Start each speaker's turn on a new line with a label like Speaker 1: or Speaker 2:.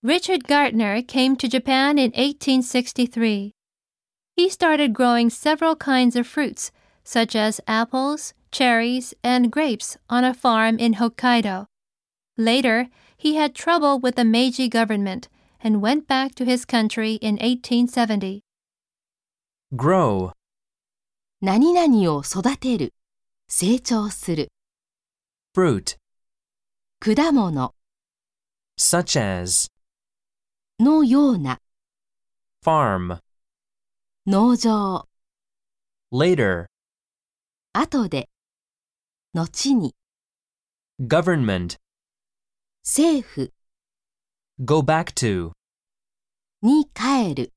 Speaker 1: Richard Gardner came to Japan in 1863. He started growing several kinds of fruits, such as apples, cherries, and grapes, on a farm in Hokkaido. Later, he had trouble with the Meiji government and went back to his country in 1870.
Speaker 2: grow,
Speaker 3: 何々を育てる、成長する、
Speaker 2: fruit,
Speaker 3: 果物
Speaker 2: such as,
Speaker 3: のような、
Speaker 2: farm,
Speaker 3: 農場、
Speaker 2: later,
Speaker 3: 後で、後に、
Speaker 2: government,
Speaker 3: 政府
Speaker 2: go back to.
Speaker 3: に帰る。